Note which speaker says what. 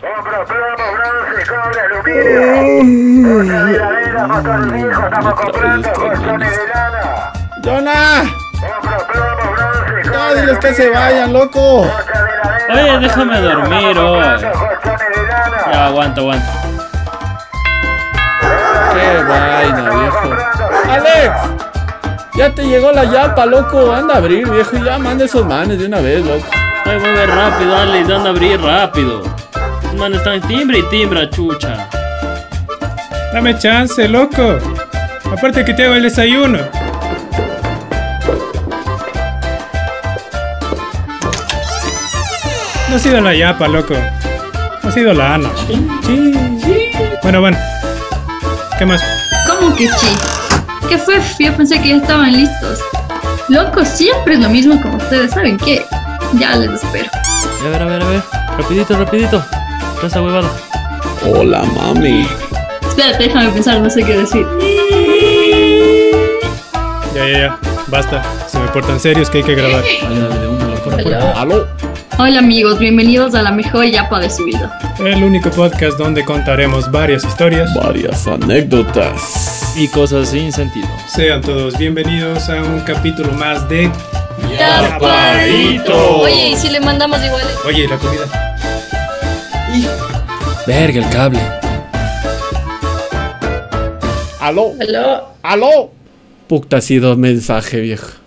Speaker 1: Compro plomo, bronce, cobre, aluminio. Otra heladera, motor viejo, estamos comprando colchones de lana.
Speaker 2: ¡Jonah!
Speaker 1: Compro plomo, bronce, cobre,
Speaker 2: ¡No, diles que se
Speaker 1: aluminio.
Speaker 2: vayan, loco!
Speaker 1: Otra heladera,
Speaker 3: Oye,
Speaker 1: motor
Speaker 3: déjame
Speaker 1: viejo,
Speaker 3: dormir
Speaker 1: estamos
Speaker 3: hoy.
Speaker 1: comprando colchones de lana.
Speaker 3: Ya, aguanta, aguanta.
Speaker 2: ¡Qué vaina, viejo! ¡Alex! Ya te llegó la yapa, loco. Anda a abrir, viejo. y Ya manda esos manes de una vez, loco.
Speaker 3: Ay, mueve rápido, dale, dando a abrir rápido. Estos manes están timbre y timbra, chucha.
Speaker 4: Dame chance, loco. Aparte que te hago el desayuno. No ha sido la yapa, loco. Ha sido la Ana. Sí. Bueno, bueno. ¿Qué más?
Speaker 5: ¿Cómo que sí? ¿Qué fue? Yo pensé que ya estaban listos. Loco, siempre es lo mismo como ustedes saben que ya les espero.
Speaker 3: A ver, a ver, a ver. Rapidito, rapidito. Casa huevada.
Speaker 2: Hola, mami.
Speaker 5: Espérate, déjame pensar, no sé qué decir.
Speaker 4: Ya, ya, ya. Basta. Se me portan serios que hay que grabar.
Speaker 3: Dale, dale, de una, loco.
Speaker 2: ¿Aló?
Speaker 5: Hola amigos, bienvenidos a la mejor yapa de su vida.
Speaker 4: El único podcast donde contaremos varias historias.
Speaker 2: Varias anécdotas.
Speaker 3: Y cosas sin sentido.
Speaker 4: Sean todos bienvenidos a un capítulo más de...
Speaker 2: Yaparito.
Speaker 5: Oye, ¿y si le mandamos iguales?
Speaker 4: Oye, ¿y la comida.
Speaker 3: Verga, el cable.
Speaker 2: ¿Aló?
Speaker 5: Aló.
Speaker 2: ¿Aló? Puta, ha sido mensaje, viejo.